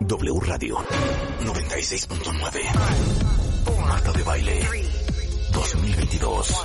W Radio 96.9 Marta de Baile 2022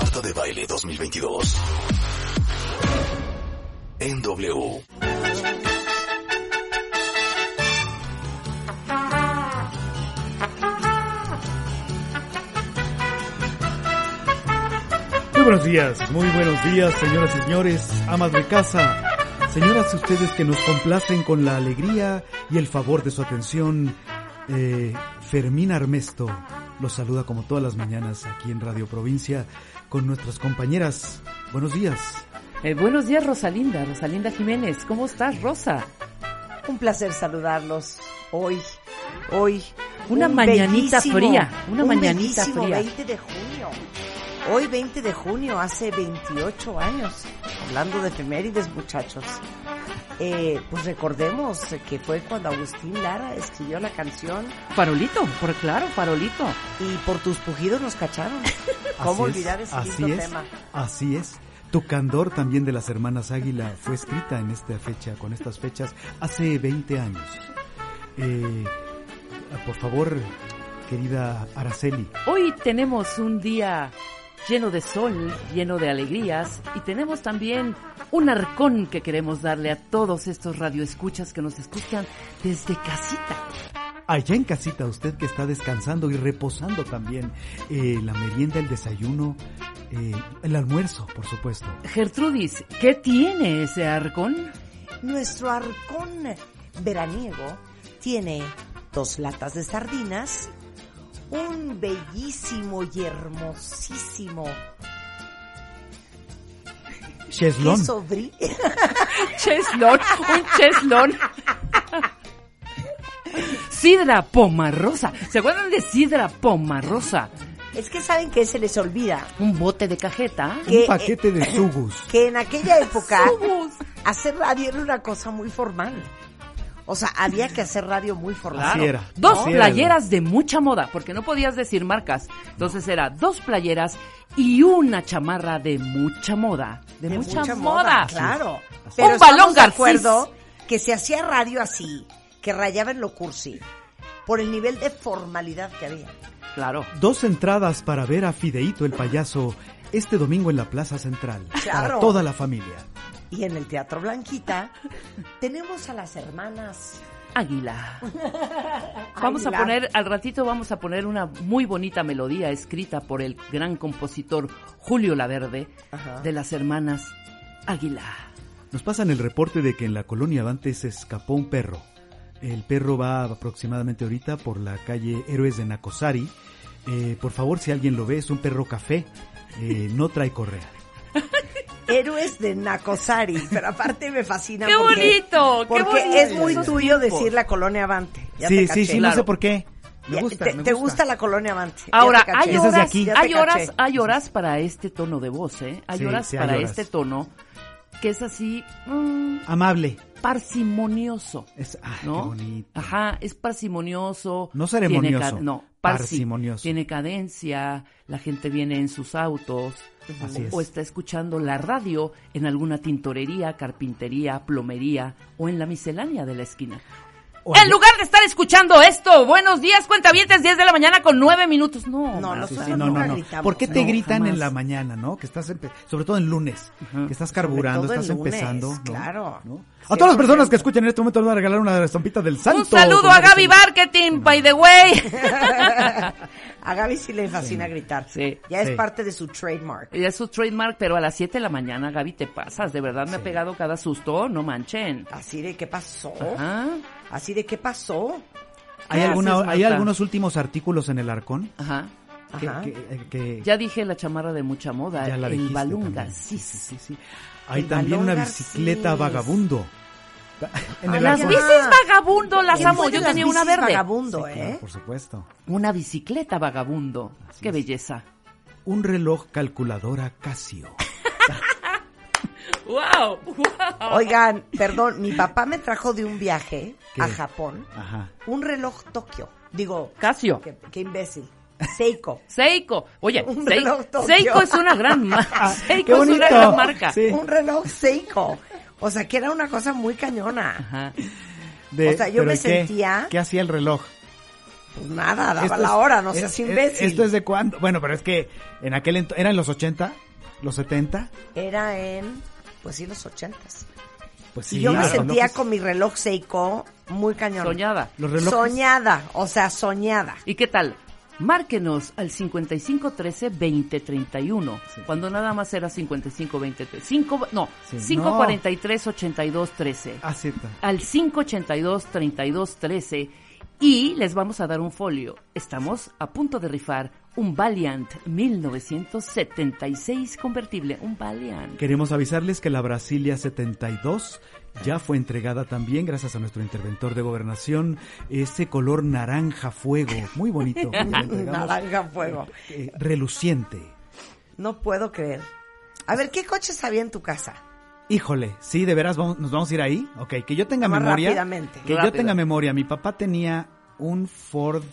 Marta de Baile 2022. En W. Muy buenos días, muy buenos días, señoras y señores, amas de casa, señoras y ustedes que nos complacen con la alegría y el favor de su atención. Eh, Fermín Armesto los saluda como todas las mañanas aquí en Radio Provincia con nuestras compañeras. Buenos días. Eh, buenos días, Rosalinda. Rosalinda Jiménez, ¿cómo estás, Rosa? Un placer saludarlos hoy, hoy. Una un mañanita bellísimo, fría, una un mañanita bellísimo fría. 20 de junio. Hoy 20 de junio, hace 28 años. Hablando de efemérides, muchachos. Eh, pues recordemos que fue cuando Agustín Lara escribió la canción Farolito, por claro, farolito. y por tus pujidos nos cacharon. ¿Cómo Así es, olvidar ese así lindo es, tema? Así es. Tu candor también de las hermanas Águila fue escrita en esta fecha, con estas fechas, hace 20 años. Eh, por favor, querida Araceli, Hoy tenemos un día lleno de sol, lleno de alegrías y tenemos también un arcón que queremos darle a todos estos radioescuchas que nos escuchan desde casita. Allá en casita, usted que está descansando y reposando también, eh, la merienda, el desayuno, eh, el almuerzo, por supuesto. Gertrudis, ¿qué tiene ese arcón? Nuestro arcón veraniego tiene dos latas de sardinas, un bellísimo y hermosísimo Cheslón. queso brie, Cheslón, un cheslón. Sidra pomarrosa. ¿Se acuerdan de sidra pomarrosa? Es que saben que se les olvida Un bote de cajeta. que, eh, Un paquete de sugus. que en aquella época Somos. hacer radio era una cosa muy formal. O sea, había que hacer radio muy formal. Así era. Dos Así era. playeras de mucha moda, porque no podías decir marcas. Entonces era dos playeras y una chamarra de mucha moda. De, mucha, moda. Claro. Así Pero Un estamos balón de Garcís. acuerdo que se hacía radio así, que rayaba en lo cursi, por el nivel de formalidad que había. Claro. Dos entradas para ver a Fideíto el payaso este domingo en la Plaza Central. Para Claro. toda la familia. Y en el Teatro Blanquita tenemos a las hermanas. Águila. Vamos a Águila. poner, al ratito vamos a poner una muy bonita melodía escrita por el gran compositor Julio Laverde Ajá. de las hermanas Águila. Nos pasan el reporte de que en la colonia Avante se escapó un perro. El perro va aproximadamente ahorita por la calle Héroes de Nacosari. Eh, por favor, si alguien lo ve, es un perro café. Eh, no trae correa. Héroes de Nacosari, pero aparte me fascina. ¡Qué porque- bonito! ¡Qué Porque bonito! es muy Esos tuyo tiempos. decir la colonia Avante. Ya sí, te sí, caché. sí, no Claro. sé por qué. Ya- Me gusta, te, me te gusta la colonia Avante. Ya Ahora, te caché. hay Esas de horas, aquí. Ya te hay horas, ah. caché. hay horas para este tono de voz, ¿eh? Hay Sí, horas sí, hay para horas. este tono que es así mm, Amable. parsimonioso, Es, ay, ¿no? qué bonito. Ajá, es parsimonioso. No tiene ceremonioso, ca- no, parsi- parsimonioso. Tiene cadencia, la gente viene en sus autos. Así o- es. O está escuchando la radio en alguna tintorería, carpintería, plomería o en la miscelánea de la esquina. o En ayer- lugar de estar escuchando esto, buenos días, cuentavientes, 10 de la mañana con 9 minutos. No, No, Sí, nosotros sí, no, no, nunca no. gritamos. ¿Por qué te No, gritan jamás. en la mañana, no? Que estás, empe- sobre todo en lunes, que estás carburando, todo en estás lunes, empezando. ¿no? claro. ¿No? A todas las 100%. personas que escuchan en este momento les voy a regalar una estampita del santo. Un saludo a Gaby Marketing, by the way. A Gaby sí le fascina gritar. Sí. Ya es Sí. parte de su trademark. Ya es su trademark, pero a las 7 de la mañana, Gaby, te pasas. De verdad me ha pegado cada susto, no manchen. Así de qué pasó. Ajá, Así de qué pasó. ¿Hay, ¿Qué alguna- haces, ¿Hay Marta? algunos últimos artículos en el arcón? ajá. Que- Ajá. que- eh, que- Ya dije la chamarra de mucha moda, Ya la el dijiste balunga, también. sí, sí, sí. sí. Hay el también una balón bicicleta Garcís. vagabundo. En Ah, el Las ya. arcón. bicis vagabundo las ¿Quién amo, fue de yo las tenía una bicis verde. Vagabundo, Sí, claro, ¿eh? por supuesto. Una bicicleta vagabundo. Qué belleza. Un reloj calculadora Casio. ¡Wow! Oigan, perdón, mi papá me trajo de un viaje ¿Qué? a Japón Ajá. un reloj Tokio. Digo, Casio. qué, qué imbécil. Seiko. Seiko. Oye, Un Sei- reloj Tokio. Seiko es una gran marca. qué Seiko es una bonito. gran marca. Sí. Un reloj Seiko. O sea, que era una cosa muy cañona. Ajá. De- O sea, yo ¿pero me y qué? sentía- ¿Qué hacía el reloj? Pues nada, daba Esto es- la hora, no es- seas es- imbécil. ¿Esto es de cuándo? Bueno, pero es que en aquel entonces, ¿era en los 80? ¿Los 70? Era en, pues sí, los ochentas. Pues y yo me los sentía relojes- con mi reloj Seiko muy cañón. Soñada. Los relojes. Soñada, o sea, soñada. ¿Y qué tal? Márquenos al 5513-2031, Sí. cuando nada más era 5520, 5, no, Sí. 543-8213, Ah, cierto. al 582-3213, y les vamos a dar un folio. Estamos a punto de rifar un Valiant 1976 convertible, un Valiant. Queremos avisarles que la Brasilia 72 ya fue entregada también gracias a nuestro interventor de gobernación, ese color naranja fuego, muy bonito, que le entregamos, Naranja fuego. eh, reluciente. No puedo creer. A ver, ¿qué coches había en tu casa? Híjole, sí, de veras vamos- nos vamos a ir ahí. Ok, que yo tenga Más memoria. rápidamente. Que yo Rápido. tenga memoria. Mi papá tenía un Ford.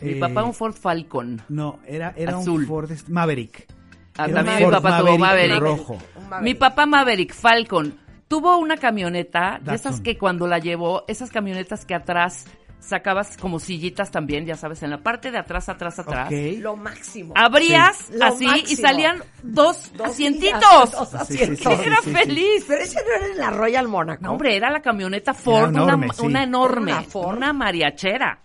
Mi eh, papá un Ford Falcon. No, era, era Azul. un Ford este- Maverick. Ah, Era un también mi Ford papá tuvo Maverick. rojo. Un Maverick. Mi papá Maverick Falcon tuvo una camioneta de esas Datsun. que cuando la llevó, esas camionetas que atrás sacabas como sillitas también, ya sabes, en la parte de atrás, atrás, atrás. Ok. Lo máximo. Abrías Sí. Lo así y máximo. salían dos, Dos sillas, asientitos. dos Sí, sí, sí, asientos. Era sí, sí. feliz. Pero ese no era en la Royal Mónaco. No, hombre, era la camioneta Ford, Era enorme, una, sí. una enorme, Era una Ford. una mariachera.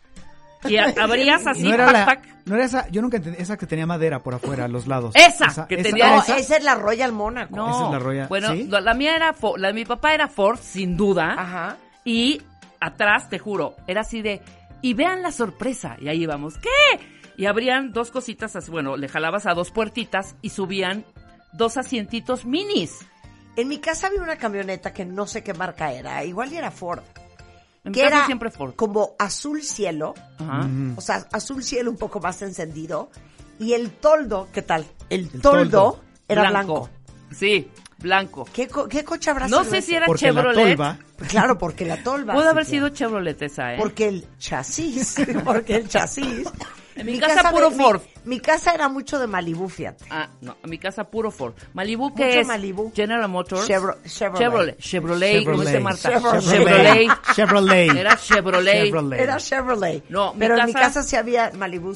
Y a- abrías así, no, era pac, la- pac. no era esa, yo nunca entendí, esa que tenía madera por afuera, a los lados. Esa, que tenía- No, ah, esa. esa es la Royal Mónaco. No, Esa es la Royal- bueno, ¿sí? la, la mía era, Fo- la de mi papá era Ford, sin duda. Ajá. Y atrás, te juro, era así de, y vean la sorpresa. Y ahí íbamos, ¿qué? Y abrían dos cositas así, bueno, le jalabas a dos puertitas y subían dos asientitos minis. En mi casa había una camioneta que no sé qué marca era, igual y era Ford. En mi que casa era siempre Ford. como azul cielo, Ajá. Mm. o sea, azul cielo un poco más encendido. Y el toldo, ¿qué tal? El, El toldo, toldo. era blanco. Sí, blanco. ¿Qué, co- qué coche habrá No sido sé si ese? era Porque la Chevrolet. tolva, Claro, porque la tolva. Pudo sí, haber claro. sido Chevrolet esa, ¿eh? Porque el chasis, porque el chasis. En mi casa puro mi- Ford. Mi, casa era mucho de Malibu, fíjate. Ah, no, a mi casa puro Ford. Malibu, ¿qué Mucho es? Malibu. General Motors. Chevro- Chevrolet. Chevrolet. Chevrolet, como dice Chevrolet. Marta. Chevrolet. Chevrolet. Chevrolet. Era Chevrolet. Chevrolet. Era Chevrolet. No, mi pero en mi casa- casa sí había Malibu.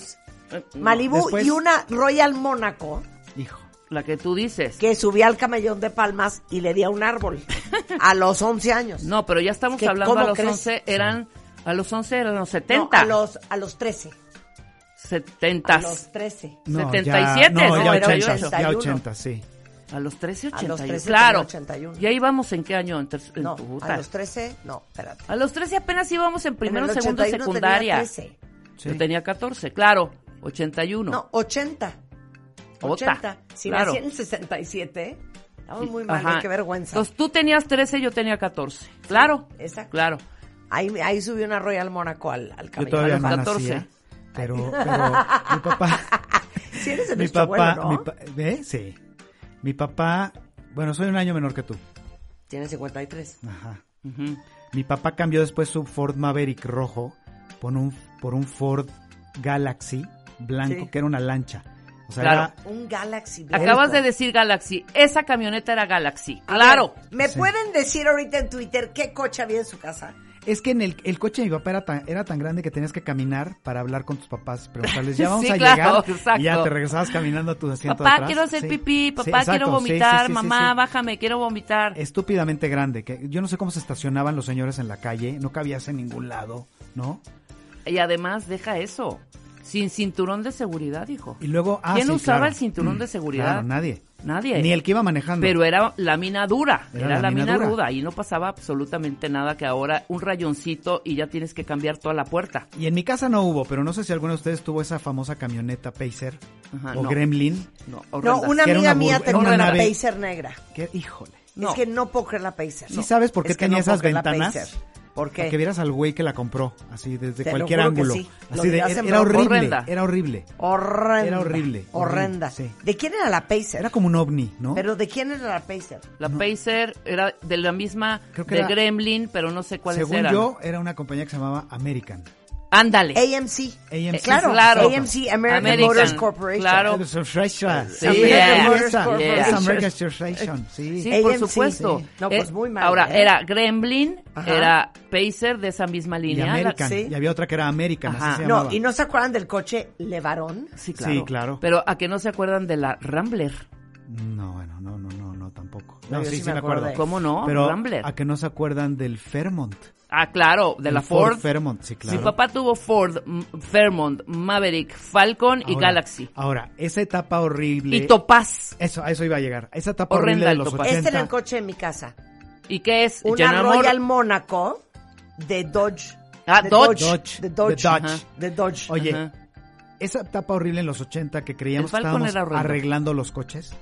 Eh, no, Malibu después- y una Royal Mónaco Hijo. La que tú dices. que subía al camellón de Palmas y le di a un árbol a los 11 años. No, pero ya estamos ¿Qué- hablando a cómo los crees? 11, eran a los 11 eran los No, 70. a los a los 13. A 70 los 13. No, 77, ya, no, ¿no? ya Era 80, ya 81. 80, sí. a los 13 A los 81. 13, Claro. 81. Y ahí vamos en qué año? En ter- en No, puta. a los 13, no, espérate. A los 13 apenas íbamos en primero, En el segundo, 81 tenía secundaria. 13. sí. Yo tenía 14, claro. 81. No, 80. Ota, 80. Si claro. nací en el 67, estamos muy mal, Ajá. qué vergüenza. Entonces tú tenías 13, yo tenía 14. Claro. exacto. Claro. ahí, ahí subió una Royal Mónaco al, al Yo camellón. todavía a los no 14. nacía. Pero, pero mi papá, Si eres de mi nuestro papá, abuelo, ¿no? mi pa- ¿eh? Sí. Mi papá, bueno, soy un año menor que tú. Tiene 53. Ajá. Ujú. Mi papá cambió después su Ford Maverick rojo por un, por un Ford Galaxy blanco, Sí. que era una lancha. O sea, Claro. era- Un Galaxy blanco. Acabas de decir Galaxy. Esa camioneta era Galaxy. Claro. ¿Me pueden decir ahorita en Twitter qué coche había en su casa? Es que en el, el coche de mi papá era tan, era tan grande que tenías que caminar para hablar con tus papás, preguntarles, ya vamos Sí, a claro, llegar. exacto. Y ya te regresabas caminando a tu asiento de Papá, atrás. quiero hacer Sí. pipí, Sí, papá, quiero exacto. Sí, sí, vomitar, sí, sí, mamá, sí. bájame, quiero vomitar. Estúpidamente grande, que yo no sé cómo se estacionaban los señores en la calle, no cabías en ningún lado, ¿no? Y además, deja eso. Sin cinturón de seguridad, hijo. Y luego, ah, ¿Quién sí, usaba claro. Mm, el cinturón de seguridad? Claro, nadie. Nadie. Ni el que iba manejando. Pero era la mina dura, Era era, la la, mina mina, dura. ruda y no pasaba absolutamente nada que ahora un rayoncito y ya tienes que cambiar toda la puerta. Y en mi casa no hubo, pero no sé si alguno de ustedes tuvo esa famosa camioneta Pacer Ajá, o no. Gremlin. No, No, horrenda. una Que era amiga una mía burbu- tenía era una, una nave. Pacer negra. Que, híjole. No. Es que no puedo creer la Pacer. ¿Sí No. sabes por qué Es que tenía no esas puedo creer la ventanas? Pacer. ¿Por Para que qué? vieras al güey que la compró, así desde Te lo cualquier juro que ángulo. sí. Lo Así de, dirás era, en era broma. horrible, Horrenda. era horrible. Horrenda. Era horrible, horrible, Horrenda. sí. ¿De quién era la Pacer? Era como un ovni, ¿no? ¿Pero de quién era la Pacer? La Pacer era de la misma Creo que de era- Gremlin, pero no sé cuál Según eran. yo, era una compañía que se llamaba American. Ándale. AMC. AMC, Eh, Claro, claro. AMC, American, American, Motors Corporation. claro. Era Surfration. Sí, American yeah. Motors Yeah. Corporation. Yeah. Es American Surfration, sí. Sí, AMC, por supuesto. sí. No, pues, muy mal, Ahora, ¿eh? era Gremlin, Ajá. era Pacer de esa misma Y línea. la- American. sí. Y había otra que era American, así Ajá. se llamaba. No, ¿y no se acuerdan del coche Levarón? Sí, claro. Sí, claro. Pero a que no se acuerdan de la Rambler. No, bueno, no, no, no, no, tampoco. No, No, yo sí, sí me acuerdo. acordé. ¿Cómo no? Pero Rambler. a que no se acuerdan del Fairmont. Ah, claro, de El la Ford. Fairmont, sí, claro. Mi papá tuvo Ford, M- Fairmont, Maverick, Falcon y Ahora- Galaxy. Ahora, esa etapa horrible. Y Topaz. Eso, a eso iba a llegar. Esa etapa Horrenda horrible de el los Topaz. 80. Este era el coche de mi casa. ¿Y qué es? Una General Motors. Royal Mónaco de Dodge. Ah, de Dodge. Dodge. De Dodge. De Dodge. De Dodge. Ajá. Oye, esa etapa horrible en los 80 que creíamos El que Falcon estábamos era horrendo. arreglando los coches.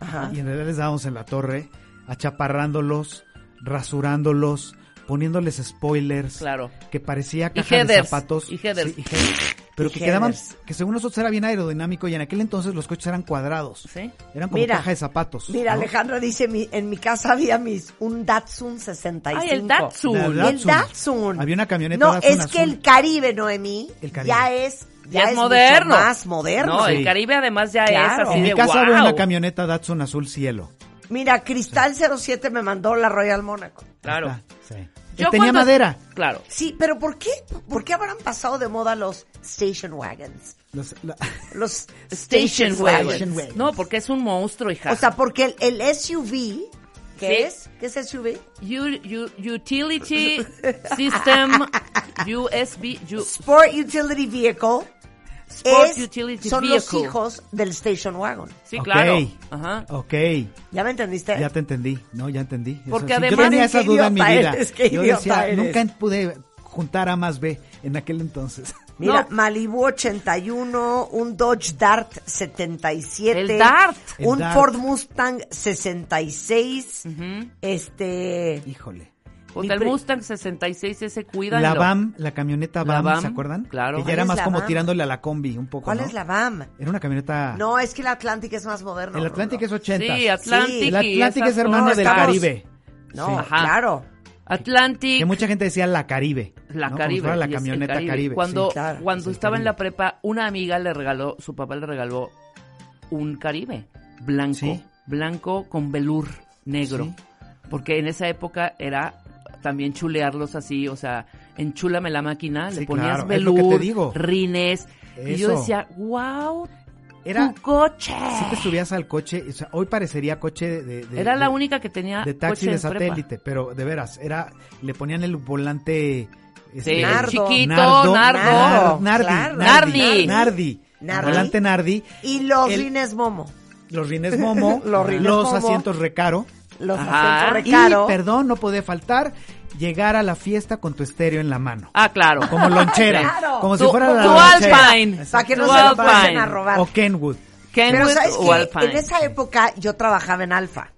Ajá. Y en realidad les dábamos en la torre, achaparrándolos, rasurándolos, poniéndoles spoilers. Claro. Que parecía caja de headers, zapatos. y headers. headers. Pero Y que quedaban, headers. que según nosotros era bien aerodinámico y en aquel entonces los coches eran cuadrados. Sí. Eran como Mira, caja de zapatos. Mira, ¿no? Alejandra dice, mi- en mi casa había mis, un Datsun 65. Ay, el Datsun. La El Datsun. Datsun. Había una camioneta No, Datsun es que azul. el Caribe, Noemí, El Caribe. ya es, Ya, es mucho moderno. más moderno. No, Sí. el Caribe además ya Claro. es así En de mi casa había wow. una camioneta Datsun azul cielo. Mira, Cristal 07 me mandó la Royal Mónaco. Claro. Ah, sí. Yo Que tenía cuando- madera. Claro. Sí, pero ¿por qué? ¿Por qué habrán pasado de moda los station wagons? Los- la- Los Station Station Wagon. wagon. No, porque es un monstruo, hija. O sea, porque el, el SUV, ¿qué Sí. es? ¿Qué es SUV? U- u- utility System USB u- Sport Utility Vehicle. Sport es- Utility son los Vehicle. hijos del Station Wagon. Sí, Ok. claro. Ajá. Ok, ¿Ya me entendiste? ya te entendí. No, ya entendí. Eso Porque sí, yo además- tenía esa Qué duda en mi idiota vida. eres, qué yo idiota decía, eres. nunca pude juntar A más B en aquel entonces. Mira, No. Malibu 81, un Dodge Dart 77. El Dart. El Un Dart. Ford Mustang 66. Este... Híjole. Pues Mi del pri- Mustang 66 ese cuida. La BAM, la camioneta La BAM, BAM, ¿se acuerdan? claro. Que ya ¿Cuál era es más la como BAM? tirándole a la combi un poco. ¿Cuál ¿no? es la BAM? Era una camioneta. No, es que la Atlantic es más moderno. Ah. el Atlantic es 80. Sí, Atlantic. Sí. El y Atlantic esas es hermano no, del estamos- Caribe. No, Sí. no, Ajá. claro. Atlantic. Que mucha gente decía la Caribe. ¿no? La Como si Caribe. fuera la y es el camioneta Caribe. Cuando, sí. claro, es cuando el estaba en Caribe. la prepa, una amiga le regaló, su papá le regaló un Caribe blanco, Sí. blanco con velur negro. Sí. Porque en esa época era también chulearlos así, o sea, enchúlame la máquina, Sí, le ponías claro, es lo que te velur, digo. rines. Y yo Eso. decía, wow, Era- tu coche. Si te subías al coche, o sea, hoy parecería coche de. de- de- era la de- única que tenía de taxi coche de Ah, pues en prepa. satélite, pero de veras, era le ponían el volante Sí, este, Nardo. chiquito, Nardo, nardo. Nar- Nardi, Claro. Nardi, Nardi. Nardi, Nardi. volante Nardi, Y los El- rines Momo. los rines Momo, Los los, rines Momo. asientos Recaro. Los Ajá. asientos Y recaro. perdón, no podía faltar llegar a la fiesta con tu estéreo en la mano, Ah, claro. como lonchera, Claro. como si Tu- fuera la tu lonchera. Alpine. Para que no Tu se lo pasen Alpine. a robar. o Kenwood. Pero Kenwood sabes o que Alpine. en esa época yo trabajaba en Alfa.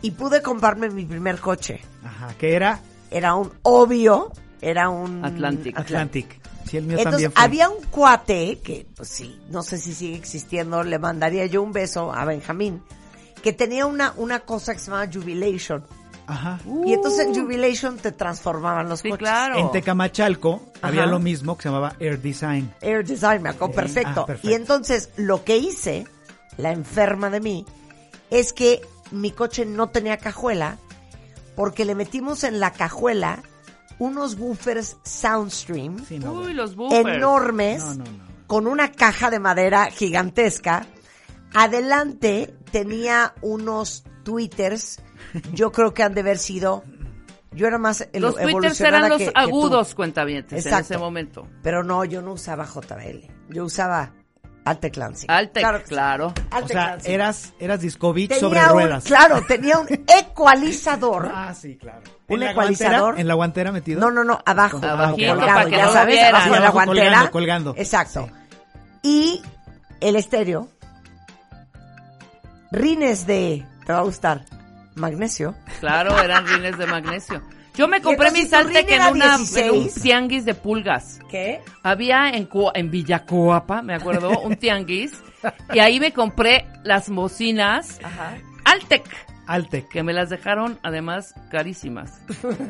Y pude comprarme mi primer coche. Ajá, que era Era un obvio, era un Atlantic. Atlantic. Sí, el mío Entonces también fue. había un cuate que, pues sí, no sé si sigue existiendo, le mandaría yo un beso a Benjamín, que tenía una, una cosa que se llamaba Jubilation. Ajá. Y entonces en Jubilation te transformaban los Uh. Sí, coches. claro. En Tecamachalco Ajá. había lo mismo que se llamaba Air Design. Air Design, me acuerdo Ok. perfecto. Ah, perfecto. Y entonces lo que hice, la enferma de mí, es que mi coche no tenía cajuela porque le metimos en la cajuela unos woofers Soundstream Sí, no, Uy, güey. los buffers. enormes No, no, no. con una caja de madera gigantesca. Adelante tenía unos twitters. Yo creo que han de haber sido. Yo era más el- Los twitters evolucionada eran los que- que tú. agudos, cuentavientes, en Exacto. ese momento. Pero no, yo no usaba JBL. Yo usaba Alte Clancy. Altec, Claro claro. que sí. Alte O sea, Clancy. eras, eras Discovich Tenía sobre un- ruedas. Claro, tenía un ecualizador. Ah, sí, claro. Un ¿En la ecualizador. guantera? ¿En la guantera metido? No, no, no, abajo. Abajito, abajo, para colgado, que ya no lo sabes, vieran. abajo de la Abajo, colgando, guantera. colgando. Exacto. Y el estéreo. Rines de, te va a gustar, magnesio. Claro, eran rines de magnesio. Yo me compré entonces mis tu Altec rin en, era una, en un 16. tianguis de pulgas. ¿Qué? Había en, Cua- en Villacoapa, me acuerdo, un tianguis. y ahí me compré las bocinas Ajá. Altec. Altec. que me las dejaron además carísimas.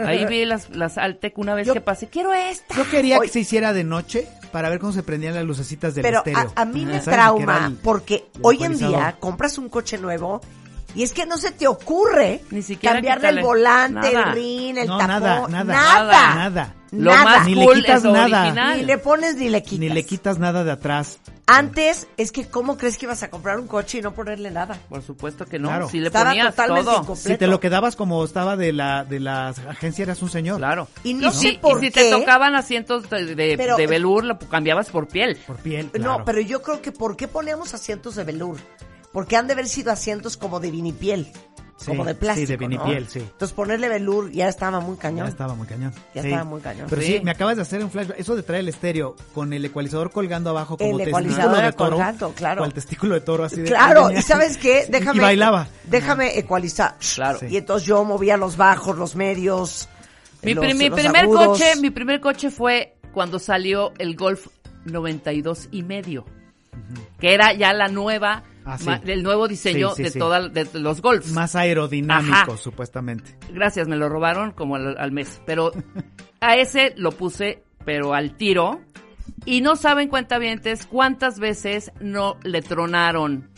Ahí vi las, las Altec una vez Yo- que pasé, quiero esta. Yo quería Oye. que se hiciera de noche para ver cómo se prendían las lucecitas del Pero estéreo. a, a mí me ¿Sabes? Que era trauma el- porque el hoy en día ecualizador. compras un coche nuevo y es que no se te ocurre Ni siquiera cambiarle el quitarle volante, nada. el rin, el No, tapón, nada, nada. nada. Nada. Lo Nada. más Ni le cool quitas es lo nada. original. Ni le pones ni le quitas. Ni le quitas nada de atrás. Antes es que cómo crees que ibas a comprar un coche y no ponerle nada. Por supuesto que no, Claro. si le Estaba ponías totalmente todo. incompleto. Si te lo quedabas como estaba de la de las agencias, eras un señor. Claro. Y no sé si, por y si qué. te tocaban asientos de, de, Pero- de velour, lo cambiabas por piel. Por piel. No, claro. pero yo creo que ¿por qué poníamos asientos de velour? Porque han de haber sido asientos como de vinipiel, Sí, como de sí, plástico. de vinipiel, ¿no? sí. Entonces ponerle velour ya estaba muy Ya cañón. estaba muy cañón. Ya estaba muy cañón. Pero sí. Sí. me acabas de hacer un flash. Eso de traer el estéreo con el ecualizador colgando abajo como El testículo ecualizador de toro. colgando, claro. O el testículo de toro así de Claro, venía y sabes así. qué, Sí, déjame Y bailaba. Déjame ecualizar. Claro. Y entonces yo movía los bajos, los medios. Mi, los- pri- mi los primer agudos. coche, mi primer coche fue cuando salió el Golf 92 y medio, que era ya la nueva, Ah, sí. ma- el nuevo diseño Sí, sí, de sí. toda- de los Golfs. Más aerodinámico, Ajá. supuestamente. Gracias, me lo robaron como al, al mes. Pero a ese lo puse, pero al tiro. Y no saben cuentavientes cuántas veces no le tronaron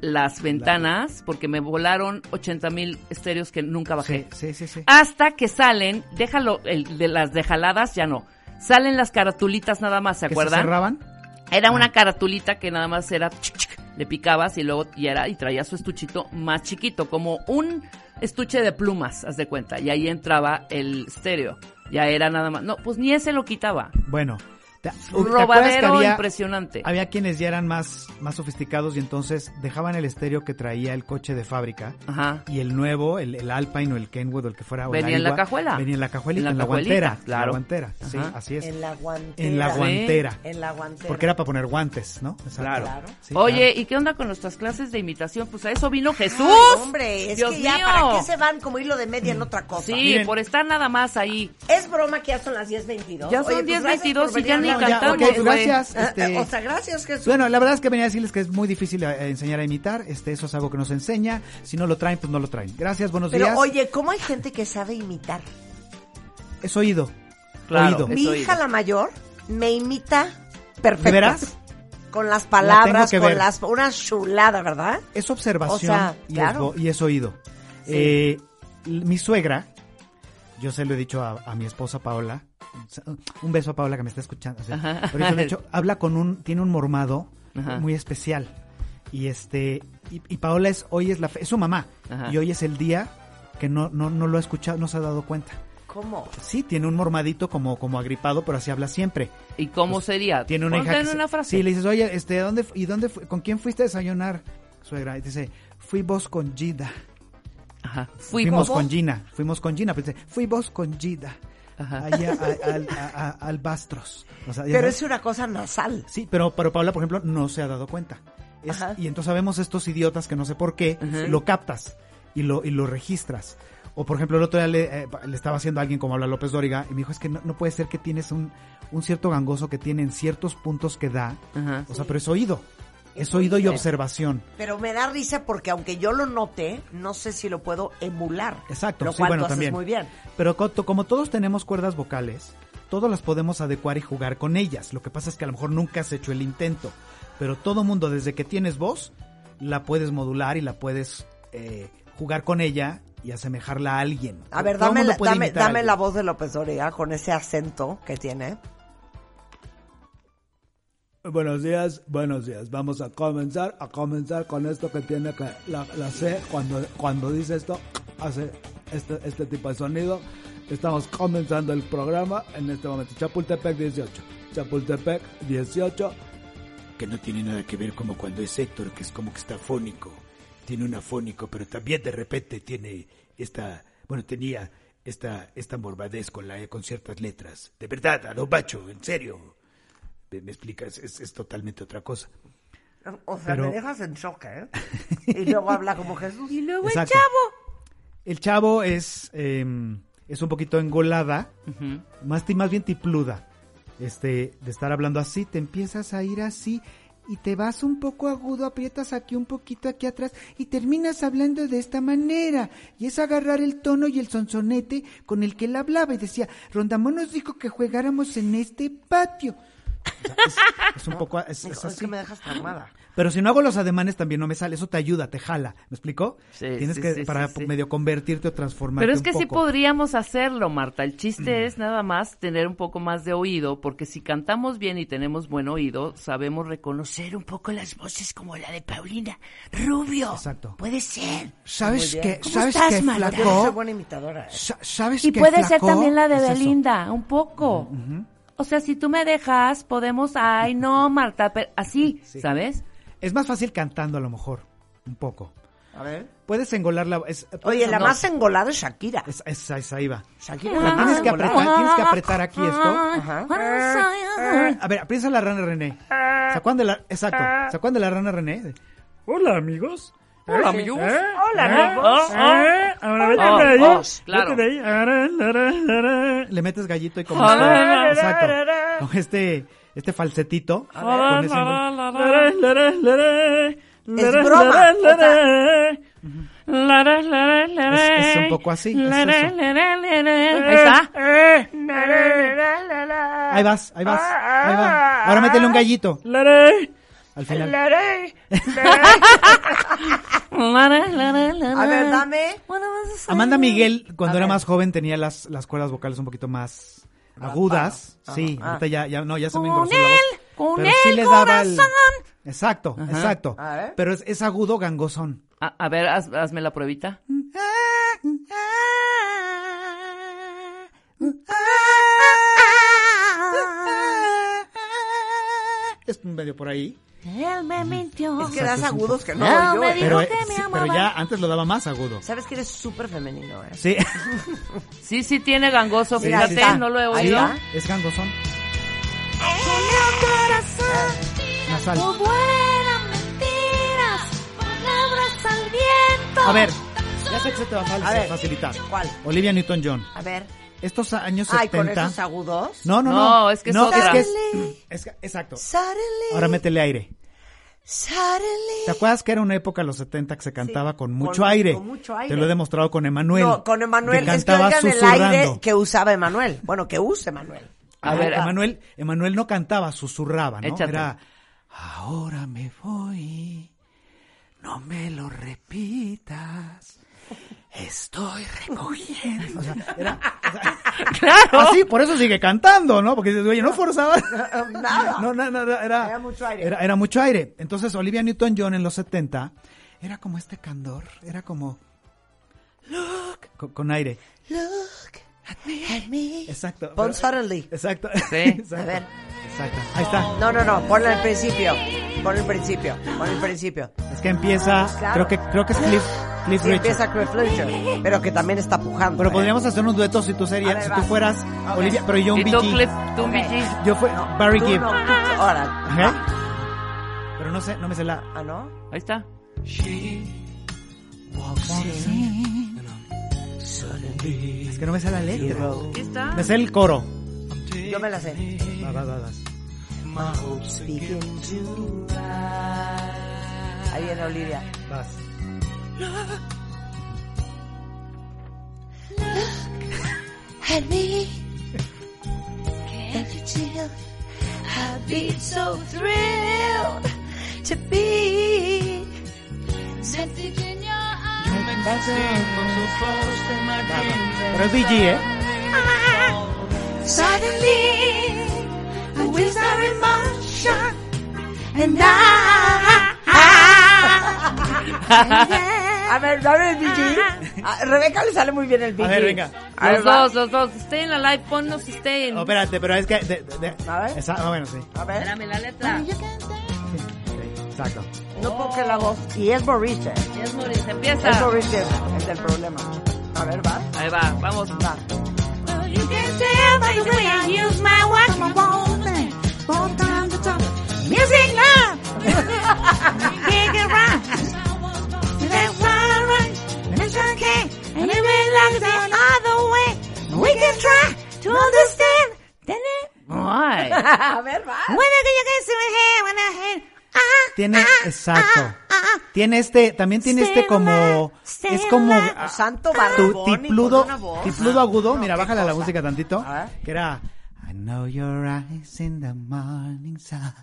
las ventanas porque me volaron 80 mil estéreos que nunca bajé. Sí, sí, sí. Ah, sí. Hasta que salen, déjalo, el de las de jaladas ya no. Salen las caratulitas nada más, ¿se ¿Que acuerdan? se cerraban? Era una caratulita que nada más era chic, chic, le picabas y luego y era y traía su estuchito más chiquito, como un estuche de plumas, haz de cuenta, y ahí entraba el estéreo. Ya era nada más. No, pues ni ese lo quitaba. Bueno. ¿Te, Un ¿te acuerdas que robadero había, impresionante. había quienes ya eran más, más sofisticados y entonces dejaban el estéreo que traía el coche de fábrica Ajá. y el nuevo, el, el Alpine o el Kenwood o el que fuera. o el Venía en la Aiwa, cajuela. Venía en la cajuelita, en En la, la guantera. cajuelita, En la claro. guantera, sí, Ajá. así es. En la guantera. En la Sí. guantera. En la guantera. Porque era para poner guantes, ¿no? Exacto. Claro. Sí, Oye, ¿y qué onda con nuestras clases de imitación? Pues a eso vino Jesús. Ay, hombre, es Dios que ya, mío. ¿para qué se van como hilo de media en otra cosa? Sí, Ah, Miren. por estar nada más ahí. Es broma que ya son las 10.22. Ya son Oye, pues, gracias 10:22 por y ya claro. ni venir a hablar. Ya, ok, cantamos, güey. gracias. Ah, este, ah, O sea, gracias, Jesús. Bueno, la verdad es que venía a decirles que es muy difícil eh, enseñar a imitar. Este, eso es algo que nos enseña. Si no lo traen, pues no lo traen. Gracias, buenos Pero días. oye, ¿cómo hay gente que sabe imitar? es oído. Claro, oído. es- Mi oído. hija, la mayor, me imita perfecto. ¿De veras? Con las La tengo palabras, que con ver. las... Una chulada, ¿verdad? Es observación O sea, y, claro. es, vo- y es oído. Sí. Eh, l- mi suegra, yo se lo he dicho a, a mi esposa Paola, sa- un beso a Paola que me está escuchando. o sea, Ajá. ahorita le he dicho, habla con un, tiene un mormado Ajá. muy especial. Y este, y, y Paola es, hoy es la, fe- es su mamá. Ajá. Y hoy es el día que no, no, no lo ha escuchado, no se ha dado cuenta. ¿Cómo? Sí, tiene un mormadito como, como agripado, pero así habla siempre. ¿Y cómo sería? pues, Tiene una Ponte hija. que en se- una frase. Sí, le dices, oye, este, ¿dónde, fu- ¿y dónde, fu- con quién fuiste a desayunar, suegra? Y te dice, fui vos con Gida. Ajá. Fuimos Fuimos. con Gina, fuimos con Gina. Pero dice, fui vos con Gida. Ajá. Allá a- al- a- a- al Bastros. O sea, ya Pero sabes. es una cosa nasal. Sí, pero, pero Paula, por ejemplo, no se ha dado cuenta. Es- Ajá. y entonces sabemos estos idiotas que no sé por qué, Ajá. lo captas y lo, y lo registras. O por ejemplo, el otro día le, eh, le estaba haciendo a alguien como habla López Dóriga y me dijo, es que no, no puede ser que tienes un, un cierto gangoso que tiene en ciertos puntos que da. Ajá. O sea, pero es oído. Es oído y observación. Pero me da risa porque aunque yo lo note, no sé si lo puedo emular. Exacto, Lo sí, cual bueno, tú haces también. muy bien. Pero co- to- como todos tenemos cuerdas vocales, todos las podemos adecuar y jugar con ellas. Lo que pasa es que a lo mejor nunca has hecho el intento. Pero todo mundo, desde que tienes voz, la puedes modular y la puedes eh, jugar con ella y asemejarla a alguien. A ver, Todo el dame, mundo la- puede dame, imitar a dame la alguien. voz de López Dóriga con ese acento que tiene. Buenos días, buenos días. Vamos a comenzar, a comenzar con esto que tiene que la, la C cuando, cuando dice esto, hace este, este tipo de sonido. Estamos comenzando el programa en este momento. Chapultepec 18. Chapultepec 18. que no tiene nada que ver como cuando es Héctor, que es como que está fónico. Tiene un afónico, pero también de repente tiene esta, bueno, tenía esta, esta morbadez con, la, con ciertas letras. De verdad, a don Bacho, en serio. Me, me explicas, es, es totalmente otra cosa. O sea, me dejas en shock, ¿eh? Y luego habla como Jesús. Y luego Exacto. El chavo es, eh, em, es un poquito engolada, más, ti- más bien tipluda. Este, de estar hablando así, te empiezas a ir así y te vas un poco agudo, aprietas aquí un poquito aquí atrás y terminas hablando de esta manera. Y es agarrar el tono y el sonsonete con el que él hablaba y decía, Rondamón nos dijo que jugáramos en este patio. O sea, es, es un poco... es- es es, así. que me dejas traumada. Pero si no hago los ademanes también no me sale, eso te ayuda, te jala, ¿me explico? Sí, Tienes sí, que sí, para sí, sí. medio convertirte o transformarte Pero es un que sí poco. podríamos hacerlo, Marta. El chiste es nada más tener un poco más de oído, porque si cantamos bien y tenemos buen oído, sabemos reconocer un poco las voces como la de Paulina Rubio. Exacto. Puede ser. ¿Sabes Muy qué? bien. ¿Sabes estás, qué, Marta? Yo no soy flaco? buena imitadora, ¿eh? Sa- ¿Sabes Y qué, puede ser flaco? también la de Es eso. Belinda, un poco. O sea, si tú me dejas, podemos, ay, no, Marta, pero así, ¿sabes? Es más fácil cantando a lo mejor, un poco. A ver. Puedes engolar la es- Oye, no, la no, más engolada es Shakira. es- Ah, es- es- ahí va. Shakira La la más tienes que engolada. apretar, tienes que apretar aquí esto. Ah, Ajá. A ver, piensa la rana René. ¿Se acuerdan de la exacto? ¿Se acuerdan de la rana René? Hola, amigos. Hola, amigos. Hola, ah. amigos. claro. Le metes gallito y como este, Hola. exacto, con este este falsetito con ese engol- Es broma. o sea, Es- es un poco así, es eso. Ahí está. Ahí vas, ahí vas, ahí va. Ahora métele un gallito. Al final. a ver, dame. Amanda Miguel, cuando era más joven, tenía las, las cuerdas vocales un poquito más agudas. Sí, Ajá. Ah. ahorita ya, ya, no, ya se me Con engrosó la voz. él, con Pero el sí le daba el- corazón. Exacto, exacto. A ver. Pero es, es agudo gangosón. A, a ver, haz- hazme la pruebita. Ah. Es medio por ahí. Él me mintió. Es que das Exacto, agudos que no No, doy me yo. dijo Pero, ¿eh? que es- me sí, amaba. pero ya antes lo daba más agudo. Sabes que eres súper femenino, ¿eh? Sí. Sí, sí tiene gangoso, Sí, fíjate, ahí está. no lo he Ahí oído. está. Es gangosón. Con el corazón, Nasal. no buenas mentiras, palabras al viento. A ver. Ya sé que se te va a fal- A ver. facilitar. ¿Cuál? Olivia Newton-John. A ver. Estos años Ay, 70. con esos agudos. No, no, no. No, es que es otra. que es- es que- exacto. Ahora métele aire. ¿Te acuerdas que era una época, los 70, que se cantaba con mucho Con- aire? con mucho aire. Te lo he demostrado con Emanuel. No, con Emanuel. Que Es que cantaba oigan el susurrando. aire que usaba Emanuel. Bueno, que use Emanuel. A ver, Emanuel, Emanuel no cantaba, susurraba, ¿no? Échate. Era, Ahora me voy. No me lo repitas. Estoy recogiendo. o sea, era- o sea, claro. así, por eso sigue cantando, ¿no? Porque dices, oye, no forzaba. Nada. No, no, no, era, Era mucho aire. Era, era mucho aire. Entonces, Olivia Newton-John en los 70 era como este candor, era como. Look. Con, con aire. Look at me. Exacto. Pon pero- suddenly. Exacto. Sí. Exacto. A ver. Exacto. Ahí está. No, no, no. Ponlo al principio. Pon el principio. Pon el principio. Es que empieza. Claro. Creo que creo que es Cliff, Cliff Sí, Richard. empieza Cliff Richard, pero que también está pujando. Pero ¿eh? podríamos hacer unos duetos si tú serías, A ver, si va. tú fueras Olivia, pero yo un Y tú, BG. Cliff, tú un BG. Yo fue Barry Tú Gibb. no, tú- Ahora. Ajá. Pero no sé, no me sé la. Ah, ¿no? Ahí está. Es que no me sé la letra. Ahí está. Me sé el coro. Yo me la sé. Va, va, va, va. Ahí viene Olivia. Vas. At me, can't you chill? I'd be so thrilled to be something in your eyes. Pero es DJ, ¿eh? Suddenly, a wizard in motion, and I. A ver, dame el BG. A Rebeca le sale muy bien el BG. ver, venga. A Los ver, va. dos, los dos. Stay en la live, ponnos stay en. No, espérate, pero es que. de- de- de- A ver. Esa- ah, bueno, sí. A ver. Espérame la letra. Sí, Exacto. No porque la voz. Y es Boris. eh. Es Es Morris, empieza. Boris el del problema. A ver, va. Ahí va, vamos. Va. Well, you can tell by the way I use my watch, my woman, from time to time. Music love, kick it right. That's all right. It's okay. And if we like it the other way, we can try to understand. Then it, Ay. A ver, va. when I you can see my hair, when I head. Ah, Tiene, ah, exacto. ah, ah. Tiene este, también tiene este como, es como ah, Santo tu barbón y tipludo, con una voz. Ah, tipludo agudo. No, Mira, qué bájale la cosa. música tantito. A ver. Que era, I know your eyes in the morning sun.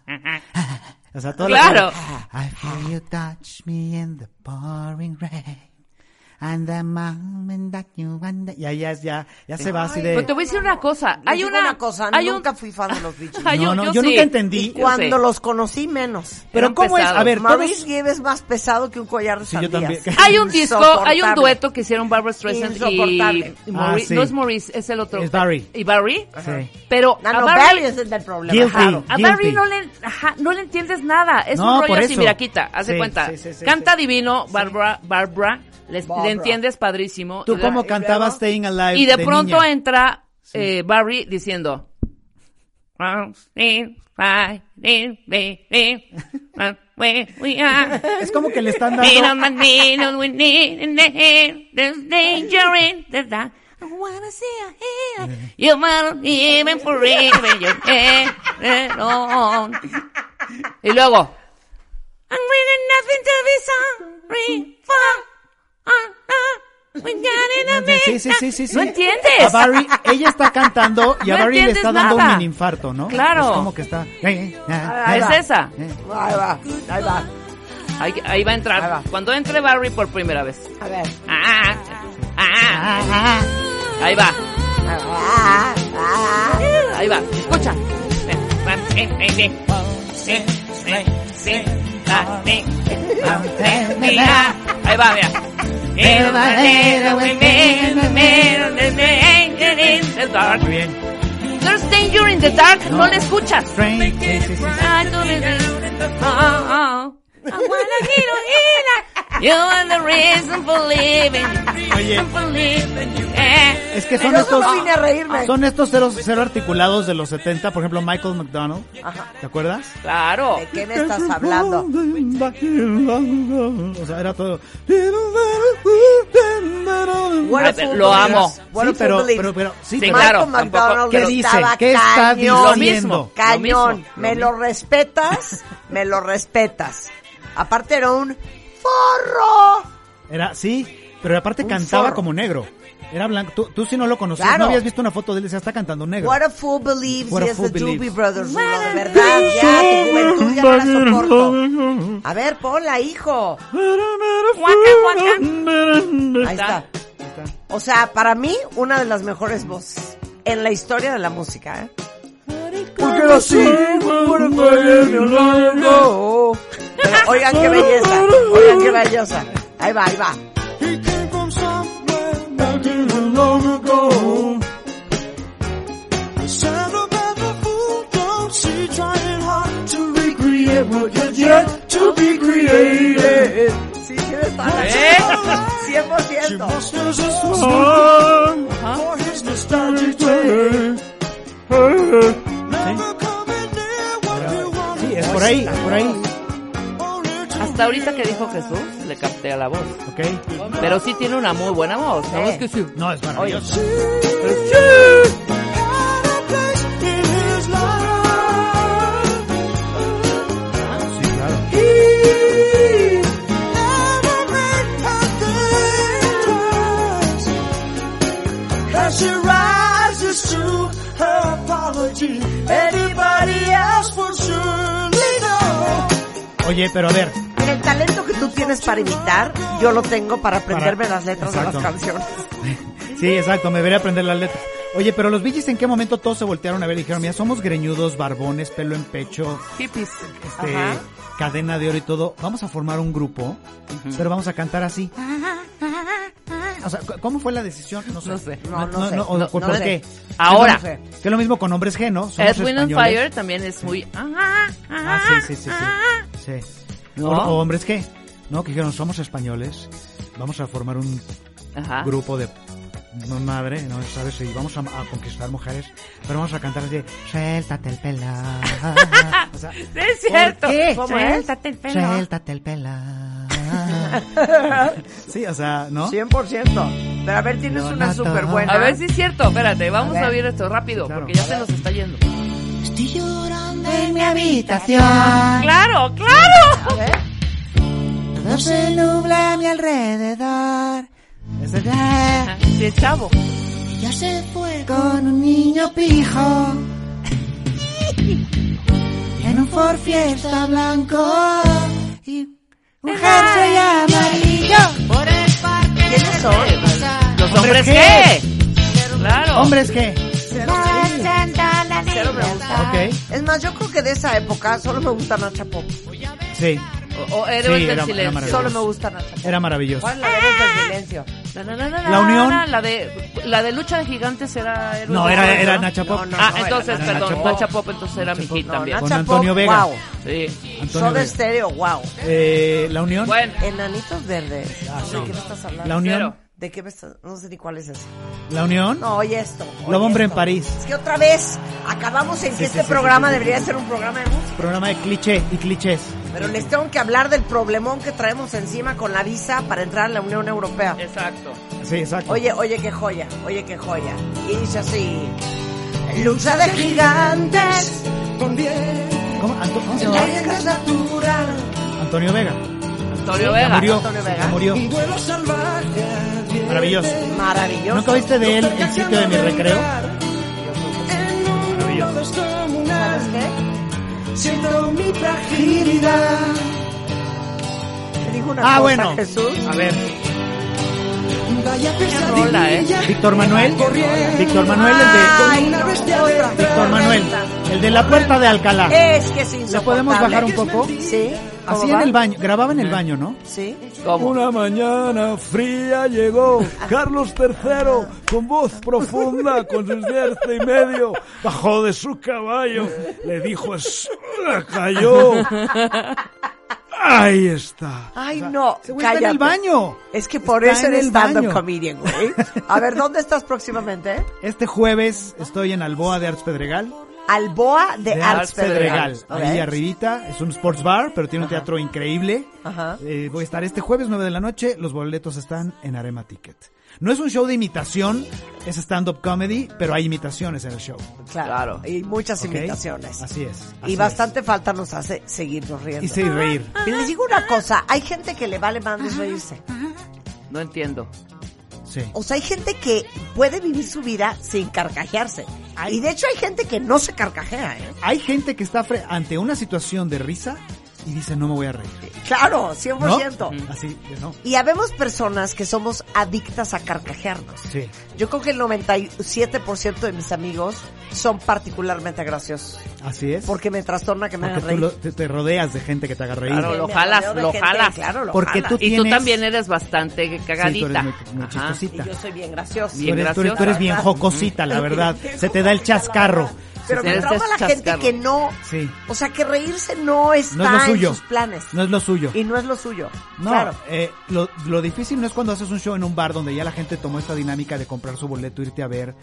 O sea, todo lo Claro. que- I feel you touch me in the pouring rain. And the moment that you wonder. Ya, ya, ya, ya se va así de. Pero pues te voy a decir una cosa. Les Hay digo una, cosa, hay un- nunca fui fan de los bichos. Hay No, un- no, yo yo sí. nunca entendí. Y cuando sé. los conocí menos. Pero eran cómo es, a pesados. ver, todos- Maurice Gibb es más pesado que un collar de Sí, yo sandías. también. Hay un disco, hay un Insoportable. dueto que hicieron Barbara Streisand y, Insoportable. y Maurice. Ah, sí. No es Maurice, es el otro. Es Barry. ¿Y Barry? Sí. Pero No, a no, Barry, Barry es el del problema. Guilty. claro. a Guilty. Barry no le, ajá, no le entiendes nada. Es No, un rollo por así, eso. mira, quita, haz de Sí, cuenta. sí, sí, sí, Canta sí. divino, Barbara, Barbara, les- Barbara. le entiendes padrísimo. Tú La- como cantabas luego- Staying Alive. Y de pronto niña. entra eh, Barry diciendo. "Oh, ah, Es como que le están We don't dando. want me, no we need in the head. There's danger in the dark. I wanna see her hair. You might even forever your head alone. Y luego, And we got nothing to be sorry for. Uh, uh, we got it a bit. Sí, sí, sí, sí, sí. ¿no entiendes? A Barry, ella está cantando y a No Barry le entiendes está dando un nada. mini infarto, ¿no? Claro. Ah, Es como que está. eh, ahí es va. esa. Ahí va, ahí va. Ahí, ahí va a entrar. Ahí va. Cuando entre Barry por primera vez. A ver. Ah, ah, ah. Ahí va, Ah, ah. ahí va. Escucha. Ahí va, mira. Muy bien. There's danger in the dark, no le escuchas. Train. Sí, sí, sí. I don't even- oh, oh. I wanna get on in. You are the reason for living. Oye. For living. Eh. Es que son Pero eso estos. no vine a reírme. Son estos cero, cero articulados de los 70, por ejemplo, Michael McDonald. ¿Te acuerdas? Claro. ¿De qué me estás hablando? O sea, era todo. Ah, Ay, pero Wonderful lo Believers. amo. Sí, Wonderful pero, Believers. pero, pero, sí, Sí, pero- claro. Michael tampoco- McDonald ¿Qué estaba dice? ¿Qué está cañón. Lo diciendo? mismo. Cañón. Lo mismo. me lo respetas, me lo respetas. Aparte era un forro. Era, sí, pero aparte Un cantaba zorro. como negro. Era blanco. Tú, tú sí no lo conocías, Claro. no habías visto una foto de él, decía, está cantando negro. What a fool believes What a y es fool The Doobie believes. Brothers. No, de verdad, ya, tu juventud ya no la soporto. A ver, ponla, hijo. Ahí está. O sea, para mí, una de las mejores voces en la historia de la música, ¿eh? Porque era así. Pero, oigan qué belleza, oigan qué belleza. Ahí va, ahí va. Sí, sí, me está ¿Eh? 100%. Sí, es por ahí, es por ahí. Hasta ahorita que dijo Jesús, le capté a la voz. Ok. Pero sí tiene una muy buena voz. ¿no? Es que sí. No, es maravilloso. Sí, claro. Oye, pero a ver, talento que tú tienes para imitar, yo lo tengo para aprenderme Para- las letras de las Exacto. canciones. Sí, exacto, me debería aprender las letras. Oye, pero los Billys en qué momento todos se voltearon a ver y dijeron, mira, somos greñudos, barbones, pelo en pecho, Hippies. este, Ajá. cadena de oro y todo. Vamos a formar un grupo, pero vamos a cantar así. Ah, O sea, cu- ¿cómo fue la decisión? No sé. No sé. No, no sé. o- No, ¿Por no sé. qué? Ahora, No sé. Que es lo mismo con hombres G, ¿no? Somos Earth, Wind and españoles. Fire también es muy... Ah, sí, sí, sí, ah. sí. Sí. ¿No? O, o hombres G, ¿no? Que dijeron, somos españoles, vamos a formar un Ah. Ajá. grupo de no, madre, no sabes, y vamos a, a conquistar mujeres, pero vamos a cantar así, suéltate el pelo, o sea, Sí, es cierto. ¿Cómo es? el pelo. suéltate el pelo. sí, o sea, ¿no? 100%. Pero a ver, tienes No, una no, súper no. buena. A ver si es cierto. Espérate, vamos A ver. a, ver esto rápido Claro. porque ya se nos está yendo. Estoy llorando en mi habitación. Claro, claro. A ver. Todo se nubla a mi alrededor. Ese- Sí, chavo. Ya se fue con un niño pijo. Y en un Ford Fiesta blanco. Y un jersey amarillo. Por el parque. ¿Quiénes son? Los hombres qué. Claro. Hombres G, Cero me gusta. ok, Es más, yo creo que de esa época solo me gusta Nacha Pop. sí, O, o héroes Sí, del era- era silencio. maravilloso. Solo me gusta Nacha Pop. era maravilloso. ¿Cuál es la de del silencio? Na, na, na, na, na, La unión. La de, la de lucha de gigantes era héroes No, del era, silencio, era ¿no? Nacha Pop. No, no, Ah, era entonces, Nacha perdón. Pop. Nacha Pop entonces era mi hit No, también. Con Nacha Antonio Pop, Vega. wow. Sí. Antonio Soda Vega. Stereo, wow. Eh, la unión, Bueno, Enanitos verdes. ¿De qué me estás hablando? Ah, la unión, Cero. ¿De qué me estás...? No sé ni cuál es ese. la unión, No, oye esto. oye Lobo Hombre en esto. París. Es que otra vez acabamos Sí, en que sí, este sí, programa sí, sí, sí. debería ser un programa de música. programa de cliché y clichés. Pero les tengo que hablar del problemón que traemos encima con la visa para entrar a la Unión Europea. exacto. Sí, exacto. Oye, oye, qué joya, oye, qué joya. Y dice así: Lucha de gigantes, ¿Cómo? Anto- ¿cómo se llama? leyenda natural. Antonio Vega. Antonio Ya Vega. murió. Antonio Vega. ya murió. Maravilloso. Maravilloso. ¿Nunca viste de él el sitio de mi recreo? Maravilloso. ¿Sabes qué? Siento mi fragilidad. Te digo una Ah, cosa, bueno. Jesús. A ver. Vaya rola, ¿eh? Víctor Manuel. Víctor Manuel, el de. Ay, no, otra. Víctor Manuel. El de la puerta de Alcalá. Es que es insoportable. ¿Lo podemos bajar un poco? Sí. eh, ¿Cómo Así en va? el baño. Grababa en el baño, ¿no? Sí. ¿Cómo? Una mañana fría llegó Carlos III con voz profunda, con sus diente y medio, bajó de su caballo, le dijo a su cayó. Ahí está. Ay, no. Se cállate. en el baño. Es que por Está eso en eres el stand-up baño. comedian, güey. A ver, ¿dónde estás próximamente? Este jueves estoy en Alboa de Arts Pedregal. Alboa de, de Arts Arts Pedregal. Pedregal. Ahí Ok. arribita, es un sports bar, pero tiene un teatro increíble. Ajá. Eh, voy a estar este jueves 9 de la noche, los boletos están en Arema Ticket. No es un show de imitación, es stand-up comedy, pero hay imitaciones en el show. Claro. Y muchas ¿ok? invitaciones. Así es. y así bastante falta nos hace seguirnos es. riendo. Y sí, reír. Y les digo una cosa, hay gente que le vale más reírse. No entiendo. Sí. O sea, hay gente que puede vivir su vida sin carcajearse. Y de hecho hay gente que no se carcajea, ¿eh? Hay gente que está fre- ante una situación de risa y dice, no me voy a reír. Claro, ¿No? 100%. Así, de no. Y habemos personas que somos adictas a carcajearnos. Sí. Yo creo que el 97% de mis amigos son particularmente graciosos. Así es. Porque me trastorna que me hagan Porque tú reír. lo- te, te rodeas de gente que te haga reír. Claro, lo Me jalas, rodeo de lo gente, jalas. Claro, lo Porque jalas. tú Y tú tienes- también eres bastante Sí, tú cagadita. eres muy, muy Ajá. Y chistosita. yo soy bien graciosa. Tú Bien eres, tú eres- tú eres bien graciosa. jocosita, la verdad. Se te da el chascarro. Pero Sí, me eres trauma la gente chascarro. que no... Sí. O sea, que reírse no está No es lo suyo. en sus planes. No es lo suyo. Y no es lo suyo. No, Claro. eh, lo, lo difícil no es cuando haces un show en un bar donde ya la gente tomó esta dinámica de comprar su boleto, irte a ver.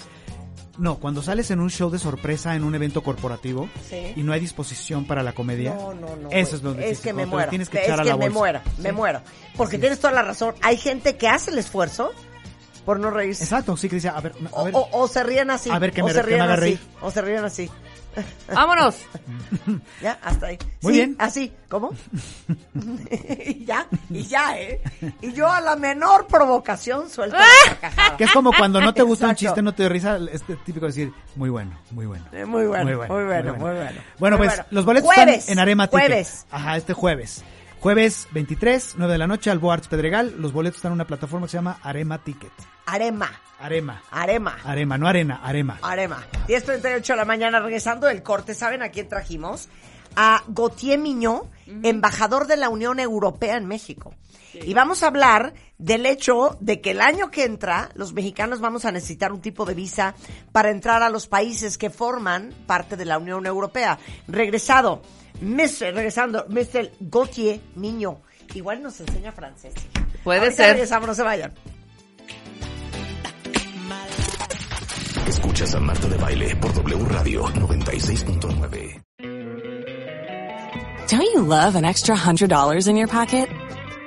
No, cuando sales en un show de sorpresa en un evento corporativo Sí. y no hay disposición para la comedia, No, no, no. eso es lo güey. difícil. Es que me cuando te muero. Tienes que es echar a que la me bolsa. muero, me Sí. muero. Porque tienes toda la razón. Hay gente que hace el esfuerzo por no reírse. Exacto, sí que dice, a ver, no, a O, ver. o- o se ríen así. A ver, que o me- se que me ríen haga así. reír. O se ríen así. Vámonos. Ya, hasta ahí. Muy Sí, bien. Así, ¿cómo? y ya, y ya, ¿eh? Y yo a la menor provocación suelto la carcajada. Que es como cuando no te gusta un oh. Exacto. chiste, no te da risa, este típico decir, muy bueno, muy bueno. Eh, Muy bueno, muy bueno, muy bueno. Bueno, Muy pues los boletos Jueves, están en Arema Ticket. Jueves. Ajá, este jueves. Jueves 23, 9 de la noche, Albo Arts Pedregal. Los boletos están en una plataforma que se llama Arema Ticket. Arema, Arema. Arema, Arema, no arena, Arema. Arema. 10.38 de la mañana, regresando del corte, ¿saben a quién trajimos? A Gautier Miñó, embajador de la Unión Europea en México. Y vamos a hablar del hecho de que el año que entra, los mexicanos vamos a necesitar un tipo de visa para entrar a los países que forman parte de la Unión Europea. Regresado, Mr., regresando, Mr. Gautier Miñó. Igual nos enseña francés. Puede Ahorita ser. Regresamos, no se vayan. Escuchas a Marta de Baile por W Radio 96.9. Don't you love an extra $100 in your pocket?